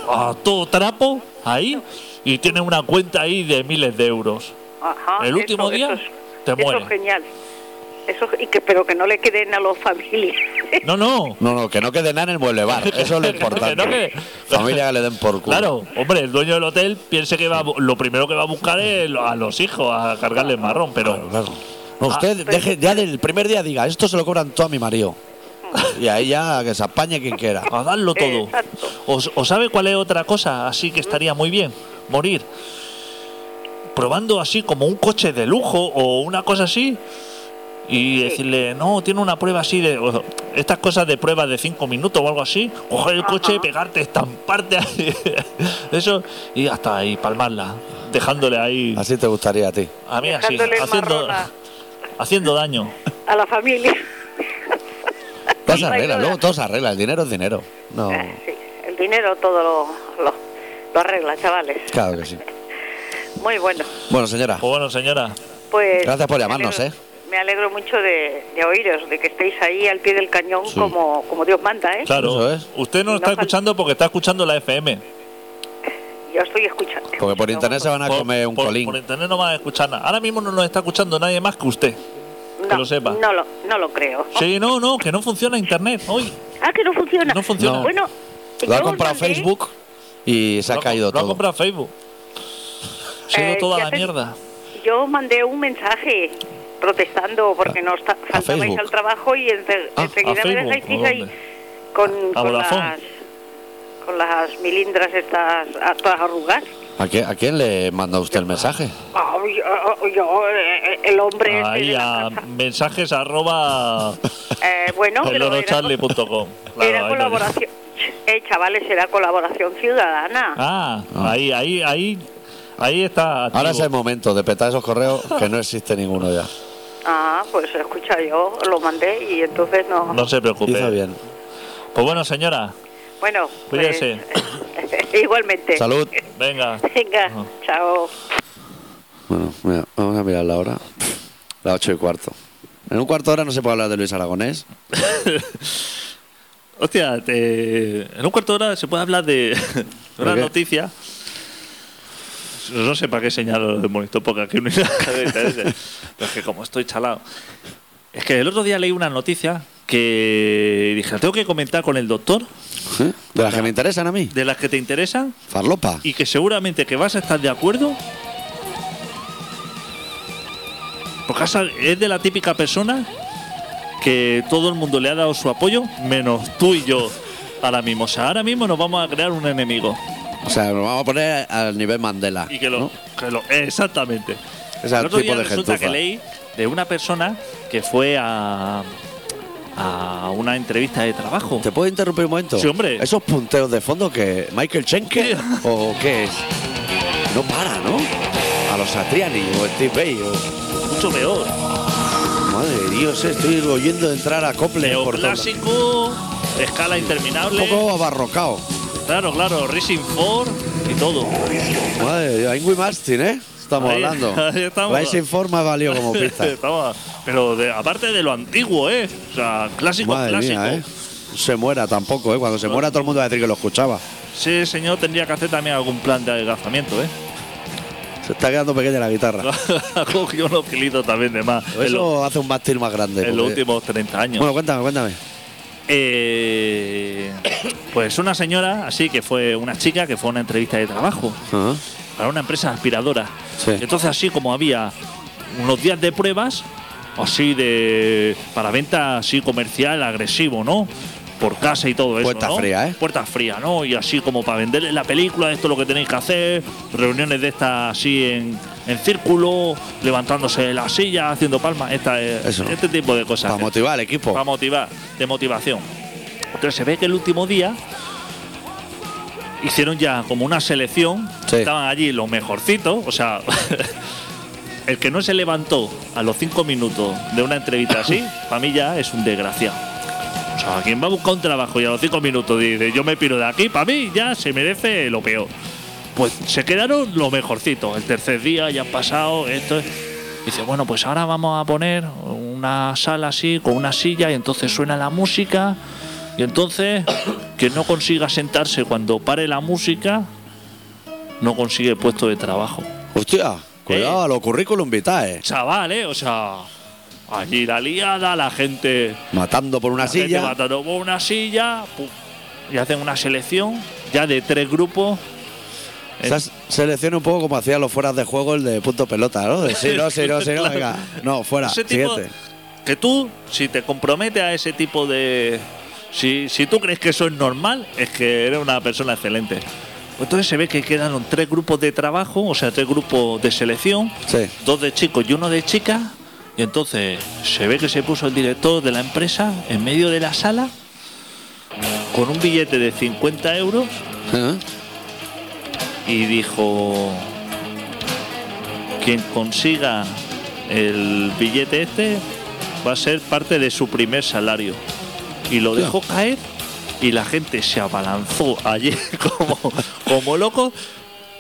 B: a todo trapo ahí y tiene una cuenta ahí de miles de euros.
E: Ajá,
B: El último
E: eso-
B: día
E: eso es-
B: te
E: Eso
B: mueres.
E: es genial. Eso, y que, pero que no le queden a
B: *laughs*
E: los familiares.
B: No, no.
A: No, no, que no quede nada en el mueble
B: *laughs*
A: bar. Eso es lo importante.
B: Que no quede-
A: Familia que le den por culo.
B: Claro, hombre, el dueño del hotel piense que va a bu- lo primero que va a buscar es lo- a los hijos, a cargarles marrón, pero
A: Claro. No, usted
B: Ah,
A: deje, ya del primer día diga, esto se lo cobran todo a mi
B: *laughs*
A: marido. Y ahí ya que se apañe quien quiera.
B: a darlo todo.
E: Exacto.
B: ¿O, o sabe cuál es otra cosa? Así que estaría muy bien. Morir. Probando así como un coche de lujo o una cosa así. y decirle, no, tiene una prueba así de. o- estas cosas de pruebas de cinco minutos o algo así, coger el coche, pegarte, estamparte ahí, *laughs* eso, y hasta ahí, palmarla, dejándole ahí,
A: Así te gustaría a ti.
B: a mí así,
E: Dejándole
B: haciendo,
E: marrona.
B: haciendo daño.
E: a
A: *laughs*
E: la familia.
A: Todo se arregla,
E: Traidora.
A: luego todo se arregla. El dinero es dinero. No,
E: Eh, Sí, el dinero todo lo, lo, lo arregla, chavales.
A: claro que sí.
E: Muy bueno.
A: Bueno, señora,
B: Pues bueno, señora,
E: Pues
A: Gracias por
E: me
A: llamarnos,
E: alegro-
A: ¿eh?
E: Me alegro mucho de, de oíros, de que estéis ahí al pie del cañón
A: Sí.
E: como, como Dios manda, ¿eh?
B: claro,
A: Eso es.
B: usted no
E: Y no
B: está
E: fal-
B: escuchando porque está escuchando la FM.
E: Yo estoy escuchando.
A: porque por internet se van a comer un
B: por,
A: colín.
B: por internet no va a escuchar nada. Ahora mismo no nos está escuchando nadie más que usted.
E: no,
B: que lo sepa.
E: No lo, no lo creo.
B: Sí, no, no, que no funciona internet hoy.
E: *laughs* Ah, que no funciona.
B: No funciona.
A: No.
E: Bueno,
A: Lo ha
E: Pues yo os
A: comprado
E: mandé-
A: Facebook y se ha
B: Lo
A: caído
B: Lo ha
A: todo.
B: comprado Facebook. Se ha ido
E: Eh,
B: toda
E: ¿qué
B: la
E: haces?
B: mierda.
E: Yo os mandé un mensaje protestando porque no está, faltabais
A: Facebook.
E: al trabajo y ense-
A: Ah,
B: ¿a
E: enseguida me
B: Facebook?
E: dejasteis
B: ¿O
E: ahí
B: dónde?
E: con,
B: ¿A
E: con
B: Vodafone?
E: las con las milindras estas a todas arrugas.
A: ¿A quién, ¿A quién le manda usted el mensaje?
E: Ah, yo, yo, eh, el hombre este de
B: Ahí
E: la
B: a
E: casa.
B: mensajes arroba
E: Eh, bueno, pero era-
B: elorocharlie.com. pues, Claro, ahí
E: *laughs* Era
B: lo dice.
E: colaboración. Eh, chavales, era colaboración ciudadana.
B: Ah, ahí, ahí, ahí, ahí está. activo.
A: Ahora es el momento de petar esos correos que no existe ninguno ya.
E: Ah, pues escucha, yo lo mandé y entonces no.
B: No se preocupe.
A: Hizo bien.
B: Pues bueno, señora,
E: Bueno, pues,
B: Cuídese.
E: *laughs* igualmente.
A: Salud.
B: venga.
E: Venga,
B: Ajá.
E: chao.
A: Bueno, mira, vamos a mirar la hora. Las ocho y cuarto. En un cuarto de hora no se puede hablar de Luis Aragonés.
B: Hostia, te- en un cuarto de hora se puede hablar de *laughs* de una
A: ¿De qué?
B: noticia. No sé para qué señalo el monitor, porque aquí no hay nada de interés. Pero es que como estoy chalado. Es que el otro día leí una noticia que dije, tengo que comentar con el doctor
A: ¿Eh? De las que me interesan a mí.
B: de las que te interesan
A: Farlopa.
B: y que seguramente que vas a estar de acuerdo. Porque has- es de la típica persona que todo el mundo le ha dado su apoyo, menos tú y yo ahora mismo. O sea, ahora mismo nos vamos a crear un enemigo.
A: O sea, lo vamos a poner al nivel Mandela.
B: Y que lo.
A: ¿no?
B: que lo- exactamente.
A: Ese
B: el otro
A: tipo de
B: día resulta
A: gentuza.
B: que leí de una persona que fue a, a una entrevista de trabajo.
A: ¿Te puedo interrumpir un momento?
B: Sí, hombre.
A: ¿Esos punteos de fondo que Michael Schenker o qué es? No para, ¿no? A los Satriani o Steve Bay o...
B: Mucho peor.
A: Madre de Dios, eh, estoy oyendo de entrar a Copley por todos lados.
B: Neoclásico, escala interminable.
A: Un poco abarrocado.
B: Claro, claro, Racing 4 y todo.
A: Madre de Dios, Ingui Martin, ¿eh? Estamos
B: Ahí-
A: hablando.
B: *laughs* ahí estamos.
A: Rising Form ha valido
B: *laughs*
A: como pista.
B: Estaba- pero de- aparte de lo antiguo, ¿eh? O sea, clásico,
A: Madre
B: clásico.
A: mía, ¿eh? No Se muera tampoco, ¿eh? Cuando se muera todo el mundo va a decir que lo escuchaba.
B: Sí, señor, tendría que hacer también algún plan de adelgazamiento, ¿eh?
A: Se está quedando pequeña la guitarra.
B: *laughs* Ha cogido unos kilitos también de más en, lo-
A: Ah. Eso hace un mástil más grande.
B: en los
A: porque-
B: últimos 30 años.
A: Bueno, cuéntame, cuéntame.
B: Eh, pues una señora, así que fue una chica que fue a una entrevista de trabajo.
A: Ajá.
B: para una empresa aspiradora.
A: Sí.
B: Entonces, así como había unos días de pruebas, así de. para venta así comercial agresivo, ¿no? Por casa y todo eso.
A: Puerta
B: ¿no?
A: fría, ¿eh?
B: Puerta fría, ¿no? Y así como para venderle la película, esto es lo que tenéis que hacer, reuniones de estas así en, en círculo, levantándose de la silla, haciendo palmas, esta, eh,
A: Eso.
B: este tipo de cosas.
A: Para motivar al equipo.
B: Para motivar, de motivación. Entonces se ve que el último día hicieron ya como una selección.
A: Sí.
B: Estaban allí los mejorcitos. O sea, *laughs* el que no se levantó a los cinco minutos de una entrevista así, para mí ya es un desgraciado. O sea, quien va a buscar un trabajo y a los cinco minutos dice yo me piro de aquí, para mí ya se merece lo peor. Pues se quedaron los mejorcitos. El tercer día ya han pasado esto. es- Dice, bueno, pues ahora vamos a poner una sala así, con una silla, y entonces suena la música. Y entonces, quien no consiga sentarse cuando pare la música, no consigue puesto de trabajo.
A: Hostia,
B: ¿Eh?
A: cuidado, a los currículum vitae.
B: Chaval, ¿eh? O sea, allí la liada, la gente
A: Matando por una
B: la gente
A: silla.
B: matando por una silla pu- y hacen una selección ya de tres grupos.
A: Esa s- selección un poco como hacían los fueras de juego el de punto pelota, ¿no? De sí, no, sí, no, sí,
B: *laughs*
A: no,
B: Claro.
A: venga. No, fuera,
B: Ese tipo
A: siguiente.
B: que tú, si te comprometes a ese tipo de. Si, si tú crees que eso es normal, es que eres una persona excelente. Pues Entonces se ve que quedaron tres grupos de trabajo, o sea, tres grupos de selección,
A: Sí.
B: dos de chicos y uno de chicas, Y entonces se ve que se puso el director de la empresa en medio de la sala con un billete de 50 euros
A: ¿Eh?
B: y dijo quien consiga el billete este va a ser parte de su primer salario y lo
A: Hostia.
B: dejó caer y la gente se abalanzó allí *laughs* como, como loco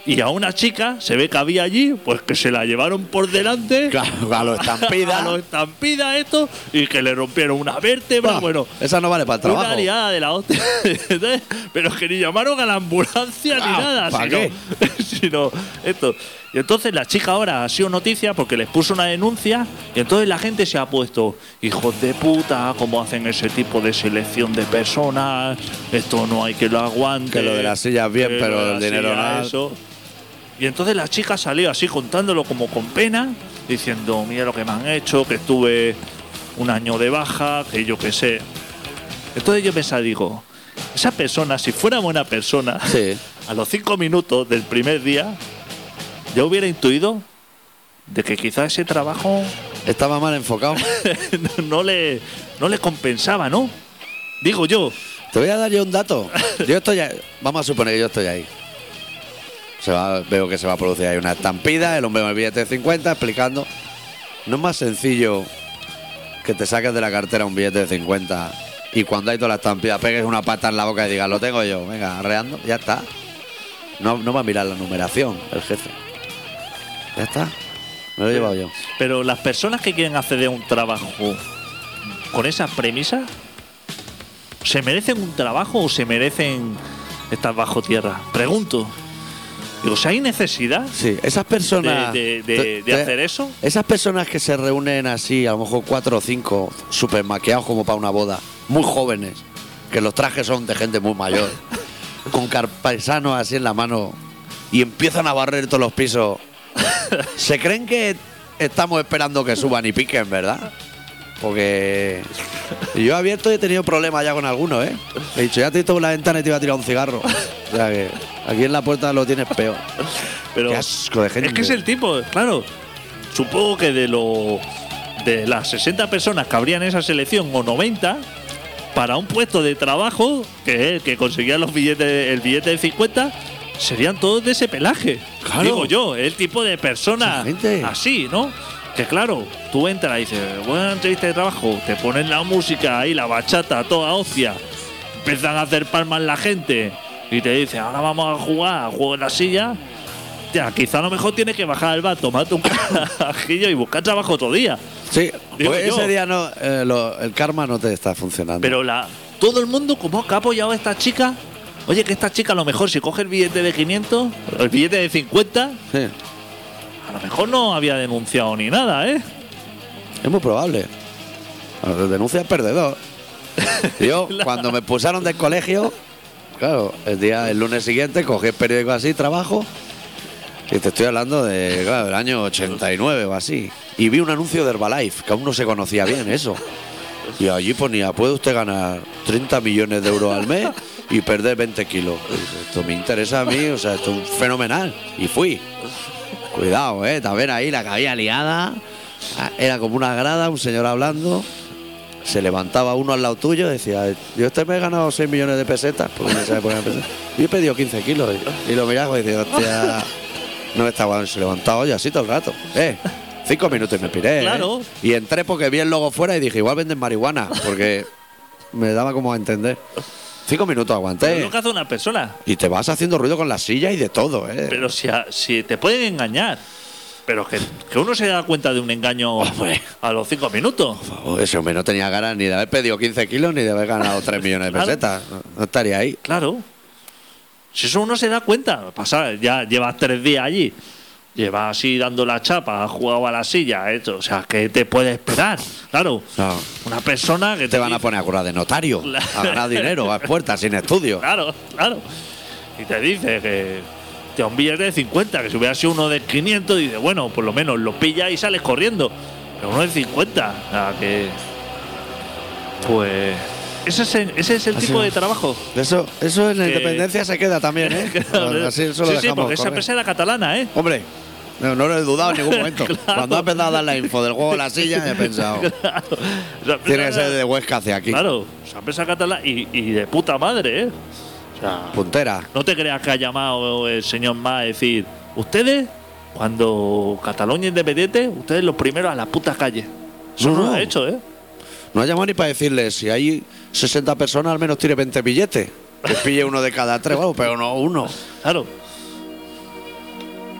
B: y a una chica se ve que había allí pues que se la llevaron por delante
A: Claro, a lo
B: *laughs*
A: estampida.
B: a lo estampida esto y que le rompieron una vértebra
A: Ah,
B: bueno
A: Esa no vale para el trabajo.
B: una liada de la hostia. *laughs* Entonces, Pero es que ni llamaron a la ambulancia ni
A: Ah,
B: nada.
A: ¿pa'
B: sino,
A: qué?
B: *laughs* sino esto. Y entonces la chica ahora ha sido noticia porque les puso una denuncia y entonces la gente se ha puesto, hijos de puta, cómo hacen ese tipo de selección de personas, esto no hay que lo aguante.
A: Que lo de las sillas bien,
B: que
A: pero
B: lo de
A: el
B: las
A: dinero
B: sillas,
A: nada.
B: eso. Y entonces la chica salió así contándolo como con pena, diciendo, mira lo que me han hecho, que estuve un año de baja, que yo qué sé. Entonces yo pensaba, digo, esa persona, si fuera buena persona,
A: Sí.
B: a los cinco minutos del primer día, ya hubiera intuido de que quizá ese trabajo *laughs*
A: Estaba mal enfocado.
B: no, no le, no le compensaba, ¿no? Digo yo,
A: Te voy a dar yo un dato. Yo estoy ahí. Vamos a suponer que yo estoy ahí. Se va- veo que se va a producir ahí una estampida, el hombre me billete de 50 explicando. No es más sencillo que te saques de la cartera un billete de 50 y cuando hay toda la estampida pegues una pata en la boca y digas, lo tengo yo, venga, arreando, ya está. No, no va a mirar la numeración el jefe. Ya está. Me lo he llevado yo.
B: pero las personas que quieren acceder a un trabajo con esas premisas, ¿se merecen un trabajo o se merecen estar bajo tierra? Pregunto. Digo, si hay necesidad,
A: Sí, esas personas.
B: de- de- de hacer eso.
A: Esas personas que se reúnen así, a lo mejor cuatro o cinco, super maqueados como para una boda, muy jóvenes, que los trajes son de gente muy
B: *laughs*
A: mayor, con carpaisanos así en la mano y empiezan a barrer todos los pisos. se creen que estamos esperando que suban y piquen, ¿verdad? Porque yo abierto y he tenido problemas ya con algunos, ¿eh? He dicho, ya te he visto por la ventana y te iba a tirar un cigarro. O sea que aquí en la puerta lo tienes peor.
B: Pero
A: Qué asco de gente.
B: Es que es el tipo, claro. Supongo que de lo de las 60 personas que habrían esa selección o 90 para un puesto de trabajo que que conseguían los billetes el billete de 50 serían todos de ese pelaje.
A: Claro.
B: Digo yo, el tipo de persona
A: Mucha gente.
B: así, ¿no? Que claro, tú entras y dices, buena entrevista de trabajo, te ponen la música ahí, la bachata, toda hostia, empiezan a hacer palmas la gente y te dicen, ahora vamos a jugar, al juego en la silla, ya, quizá a lo mejor tiene que bajar al bar, tomarte un carajillo y buscar trabajo otro día.
A: Sí,
B: Digo
A: pues
B: yo.
A: ese día no, eh, lo- el karma no te está funcionando.
B: Pero la, todo el mundo, como que ha apoyado a esta chica, oye, que esta chica a lo mejor si coge el billete de 500, el billete de 50,
A: Sí,
B: a lo mejor no había denunciado ni nada, ¿eh?
A: es muy probable. Bueno, Denuncia al perdedor. Yo,
B: Claro.
A: cuando me pusieron del colegio, claro, el día, el lunes siguiente cogí el periódico así, trabajo, y te estoy hablando de, claro, del año 89 o así. Y vi un anuncio de Herbalife, que aún no se conocía bien eso. Y allí ponía, puede usted ganar 30 millones de euros al mes y perder 20 kilos. Y dije, Esto me interesa a mí, o sea, esto es fenomenal. Y fui. Cuidado, eh, también ahí la que había liada. Ah, Era como una grada, un señor hablando. Se levantaba uno al lado tuyo y decía, yo este me he ganado 6 millones de pesetas, porque no sabe poner pesetas. Yo he pedido 15 kilos. Y, y lo miraba y decía, hostia, no me está guay". Se levantaba yo así todo el rato. Eh, cinco minutos y me piré. ¿eh?
B: Claro.
A: Y entré porque vi el logo fuera y dije, igual venden marihuana, porque me daba como a entender. Cinco minutos
B: Pero es
A: aguanté.
B: lo que hace una persona.
A: Y te vas haciendo ruido con la silla y de todo, ¿eh?
B: Pero si, a- si te pueden engañar. Pero que, que uno se da cuenta de un engaño
A: Hombre.
B: a los cinco minutos.
A: Oh, ese hombre no tenía ganas ni de haber pedido 15 kilos ni de haber ganado 3 millones de
B: Claro.
A: pesetas. No, no estaría ahí.
B: Claro. Si eso uno se da cuenta, pasa, ya llevas tres días allí, llevas así dando la chapa, has jugado a la silla, ha hecho, o sea, que te puede esperar, claro.
A: No.
B: Una persona que
A: Te van a
B: dice-
A: poner a curar de notario,
B: Claro.
A: a ganar dinero, a puertas, sin estudio.
B: Claro, claro. Y te dice que te da un billete de 50, que si hubiera sido uno de 500, dice, bueno, por lo menos lo pillas y sales corriendo. Pero uno de 50, o sea, que. Pues. Ese es el, ese es el
A: Así
B: tipo de
A: es. *laughs*
B: trabajo.
A: Eso, eso en la
B: Que- *laughs*
A: independencia se queda también, ¿eh? Así eso lo
B: sí, sí,
A: dejamos
B: porque esa
A: correr.
B: empresa era catalana, ¿eh?
A: Hombre, No, no lo he dudado en ningún
B: *laughs*
A: momento. Cuando ha empezado a dar la info del juego de la silla, he pensado.
B: O sea,
A: Tiene que ser de Huesca hacia aquí.
B: Claro, se ha pensado catalán y, y de puta madre, ¿eh? O sea,
A: Puntera.
B: no te creas que ha llamado el señor más a decir, ustedes, cuando Cataluña independiente, ustedes los primeros a la puta calle. Eso
A: No,
B: no, lo
A: no.
B: ha hecho, ¿eh?
A: No ha llamado ni para decirle si hay 60 personas, al menos tire 20 billetes. Que pille uno de cada tres, vamos, pero no uno.
B: Claro,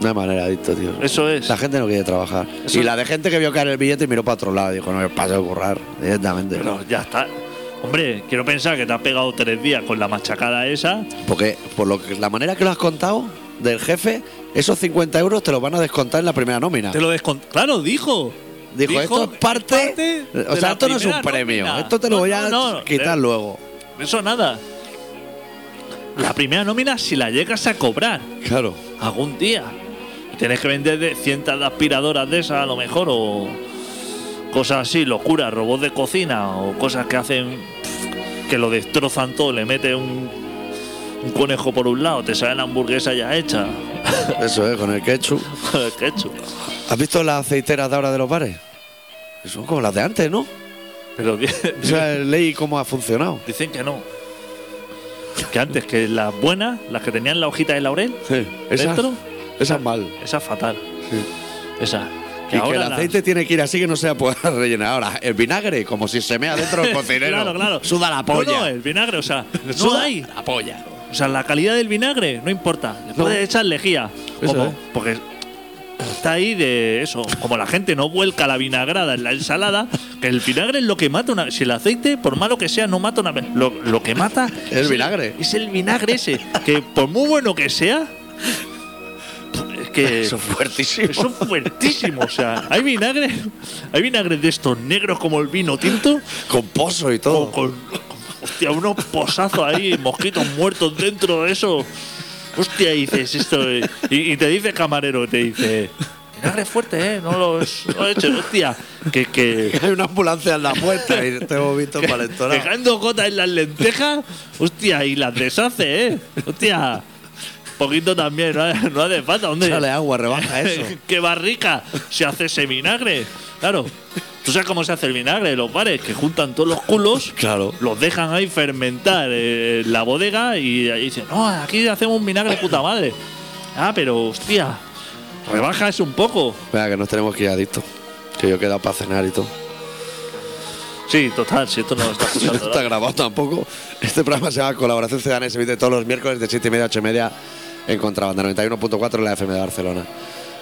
A: No hay manera, adicto, tío.
B: eso es.
A: La gente no quiere trabajar.
B: Eso-
A: Y la de gente que vio caer el billete y miró para otro lado. Dijo, no me paso de currar directamente.
B: Pero ya está. Hombre, quiero pensar que te has pegado tres días con la machacada esa.
A: Porque por lo que, la manera que lo has contado del jefe, esos 50 euros te los van a descontar en la primera nómina.
B: Te lo descont... Claro, dijo.
A: Dijo, esto es parte.
B: parte
A: o
B: de
A: sea,
B: la
A: esto no es un
B: primera
A: premio.
B: nómina".
A: Esto te lo
B: No,
A: voy a
B: no, no,
A: quitar
B: eh,
A: luego.
B: Eso nada. La primera nómina, si la llegas a cobrar
A: Claro.
B: algún día, tienes que vender de cientos de aspiradoras de esas, a lo mejor, o cosas así, locuras, robots de cocina, o cosas que hacen pff, que lo destrozan todo, le mete un, un conejo por un lado, te sale la hamburguesa ya hecha. *laughs*
A: Eso es, con el ketchup.
B: Qué hecho.
A: ¿Has visto las aceiteras de ahora de los bares? Que Son como las de antes, ¿no?
B: Pero di- *laughs*
A: O sea, ley cómo ha funcionado.
B: dicen que no. Que antes, que las buenas, las que tenían la hojita de laurel,
A: Sí. Esa,
B: ¿Dentro?
A: esa es mal.
B: Esa es fatal.
A: Sí.
B: Esa.
A: Y que el
B: la-
A: aceite tiene que ir así que no se pueda *laughs* rellenar. Ahora, el vinagre, como si se mea dentro
B: *laughs*
A: del cocinero.
B: Claro, claro.
A: Suda la polla.
B: No, eh, no, el vinagre,
A: *laughs*
B: o sea, no
A: Suda
B: hay.
A: La polla.
B: O sea, la calidad del vinagre no importa. Le
A: No.
B: puedes echar lejía.
A: Eso
B: Como-
A: es.
B: Porque está ahí de eso. Como la gente no vuelca la vinagrada en la ensalada, que el vinagre es lo que mata una. Si el aceite, por malo que sea, no mata una. Lo, lo que mata.
A: Es el vinagre.
B: Es el vinagre ese. Que por muy bueno que sea. Es
A: *laughs*
B: que.
A: Eso es fuertísimo.
B: Son fuertísimos, o sea, hay vinagre, hay vinagre de estos negros como el vino tinto,
A: Con pozo y
B: o
A: todo.
B: con, hostia, unos posazos ahí, mosquitos muertos dentro de eso. Hostia, dices esto, eh, y, y te dice camarero, te dice, vinagre fuerte, ¿eh? No lo, no lo eches, hostia, que, que,
A: *laughs* Hay una ambulancia en la
B: *laughs*
A: puerta y este te hemos visto entonar.
B: Dejando gotas en las lentejas, hostia, y las deshace, ¿eh? Hostia. Poquito también, no, hace- no hace falta. ¿Dónde?
A: Échale agua, rebaja eso.
B: *laughs* ¡Qué barrica! Se hace ese vinagre. Claro. ¿Tú sabes cómo se hace el vinagre? Los bares que juntan todos los culos,
A: Claro.
B: los dejan ahí fermentar eh, en la bodega y ahí dicen, no, aquí hacemos un vinagre puta madre. Ah, pero hostia, rebaja eso un poco.
A: Venga, que nos tenemos que ir adicto. Que yo he quedado para cenar y todo.
B: Sí, total, si esto no lo está
A: Si no
B: escuchando.
A: está
B: ¿no?
A: grabado tampoco. Este programa se llama Colaboración Ciudadana y se emite todos los miércoles de 7 y media a 8 y media en Contrabanda 91.4 en la FM de Barcelona.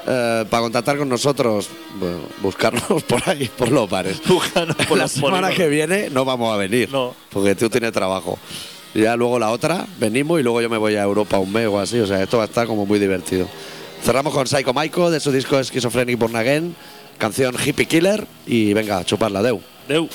A: Eh, para contactar con nosotros, bueno, buscarnos *laughs* por ahí, por los bares.
B: Búscanos
A: *laughs*
B: por
A: la
B: los
A: semana
B: polígonos.
A: que viene no vamos a venir.
B: No.
A: Porque tú tienes trabajo. Y ya luego la otra, venimos y luego yo me voy a Europa un mes o así. O sea, esto va a estar como muy divertido. Cerramos con Psycho Maiko de su disco Schizophrenic Born Again, canción Hippie Killer y venga, chuparla, Deu.
B: Deu.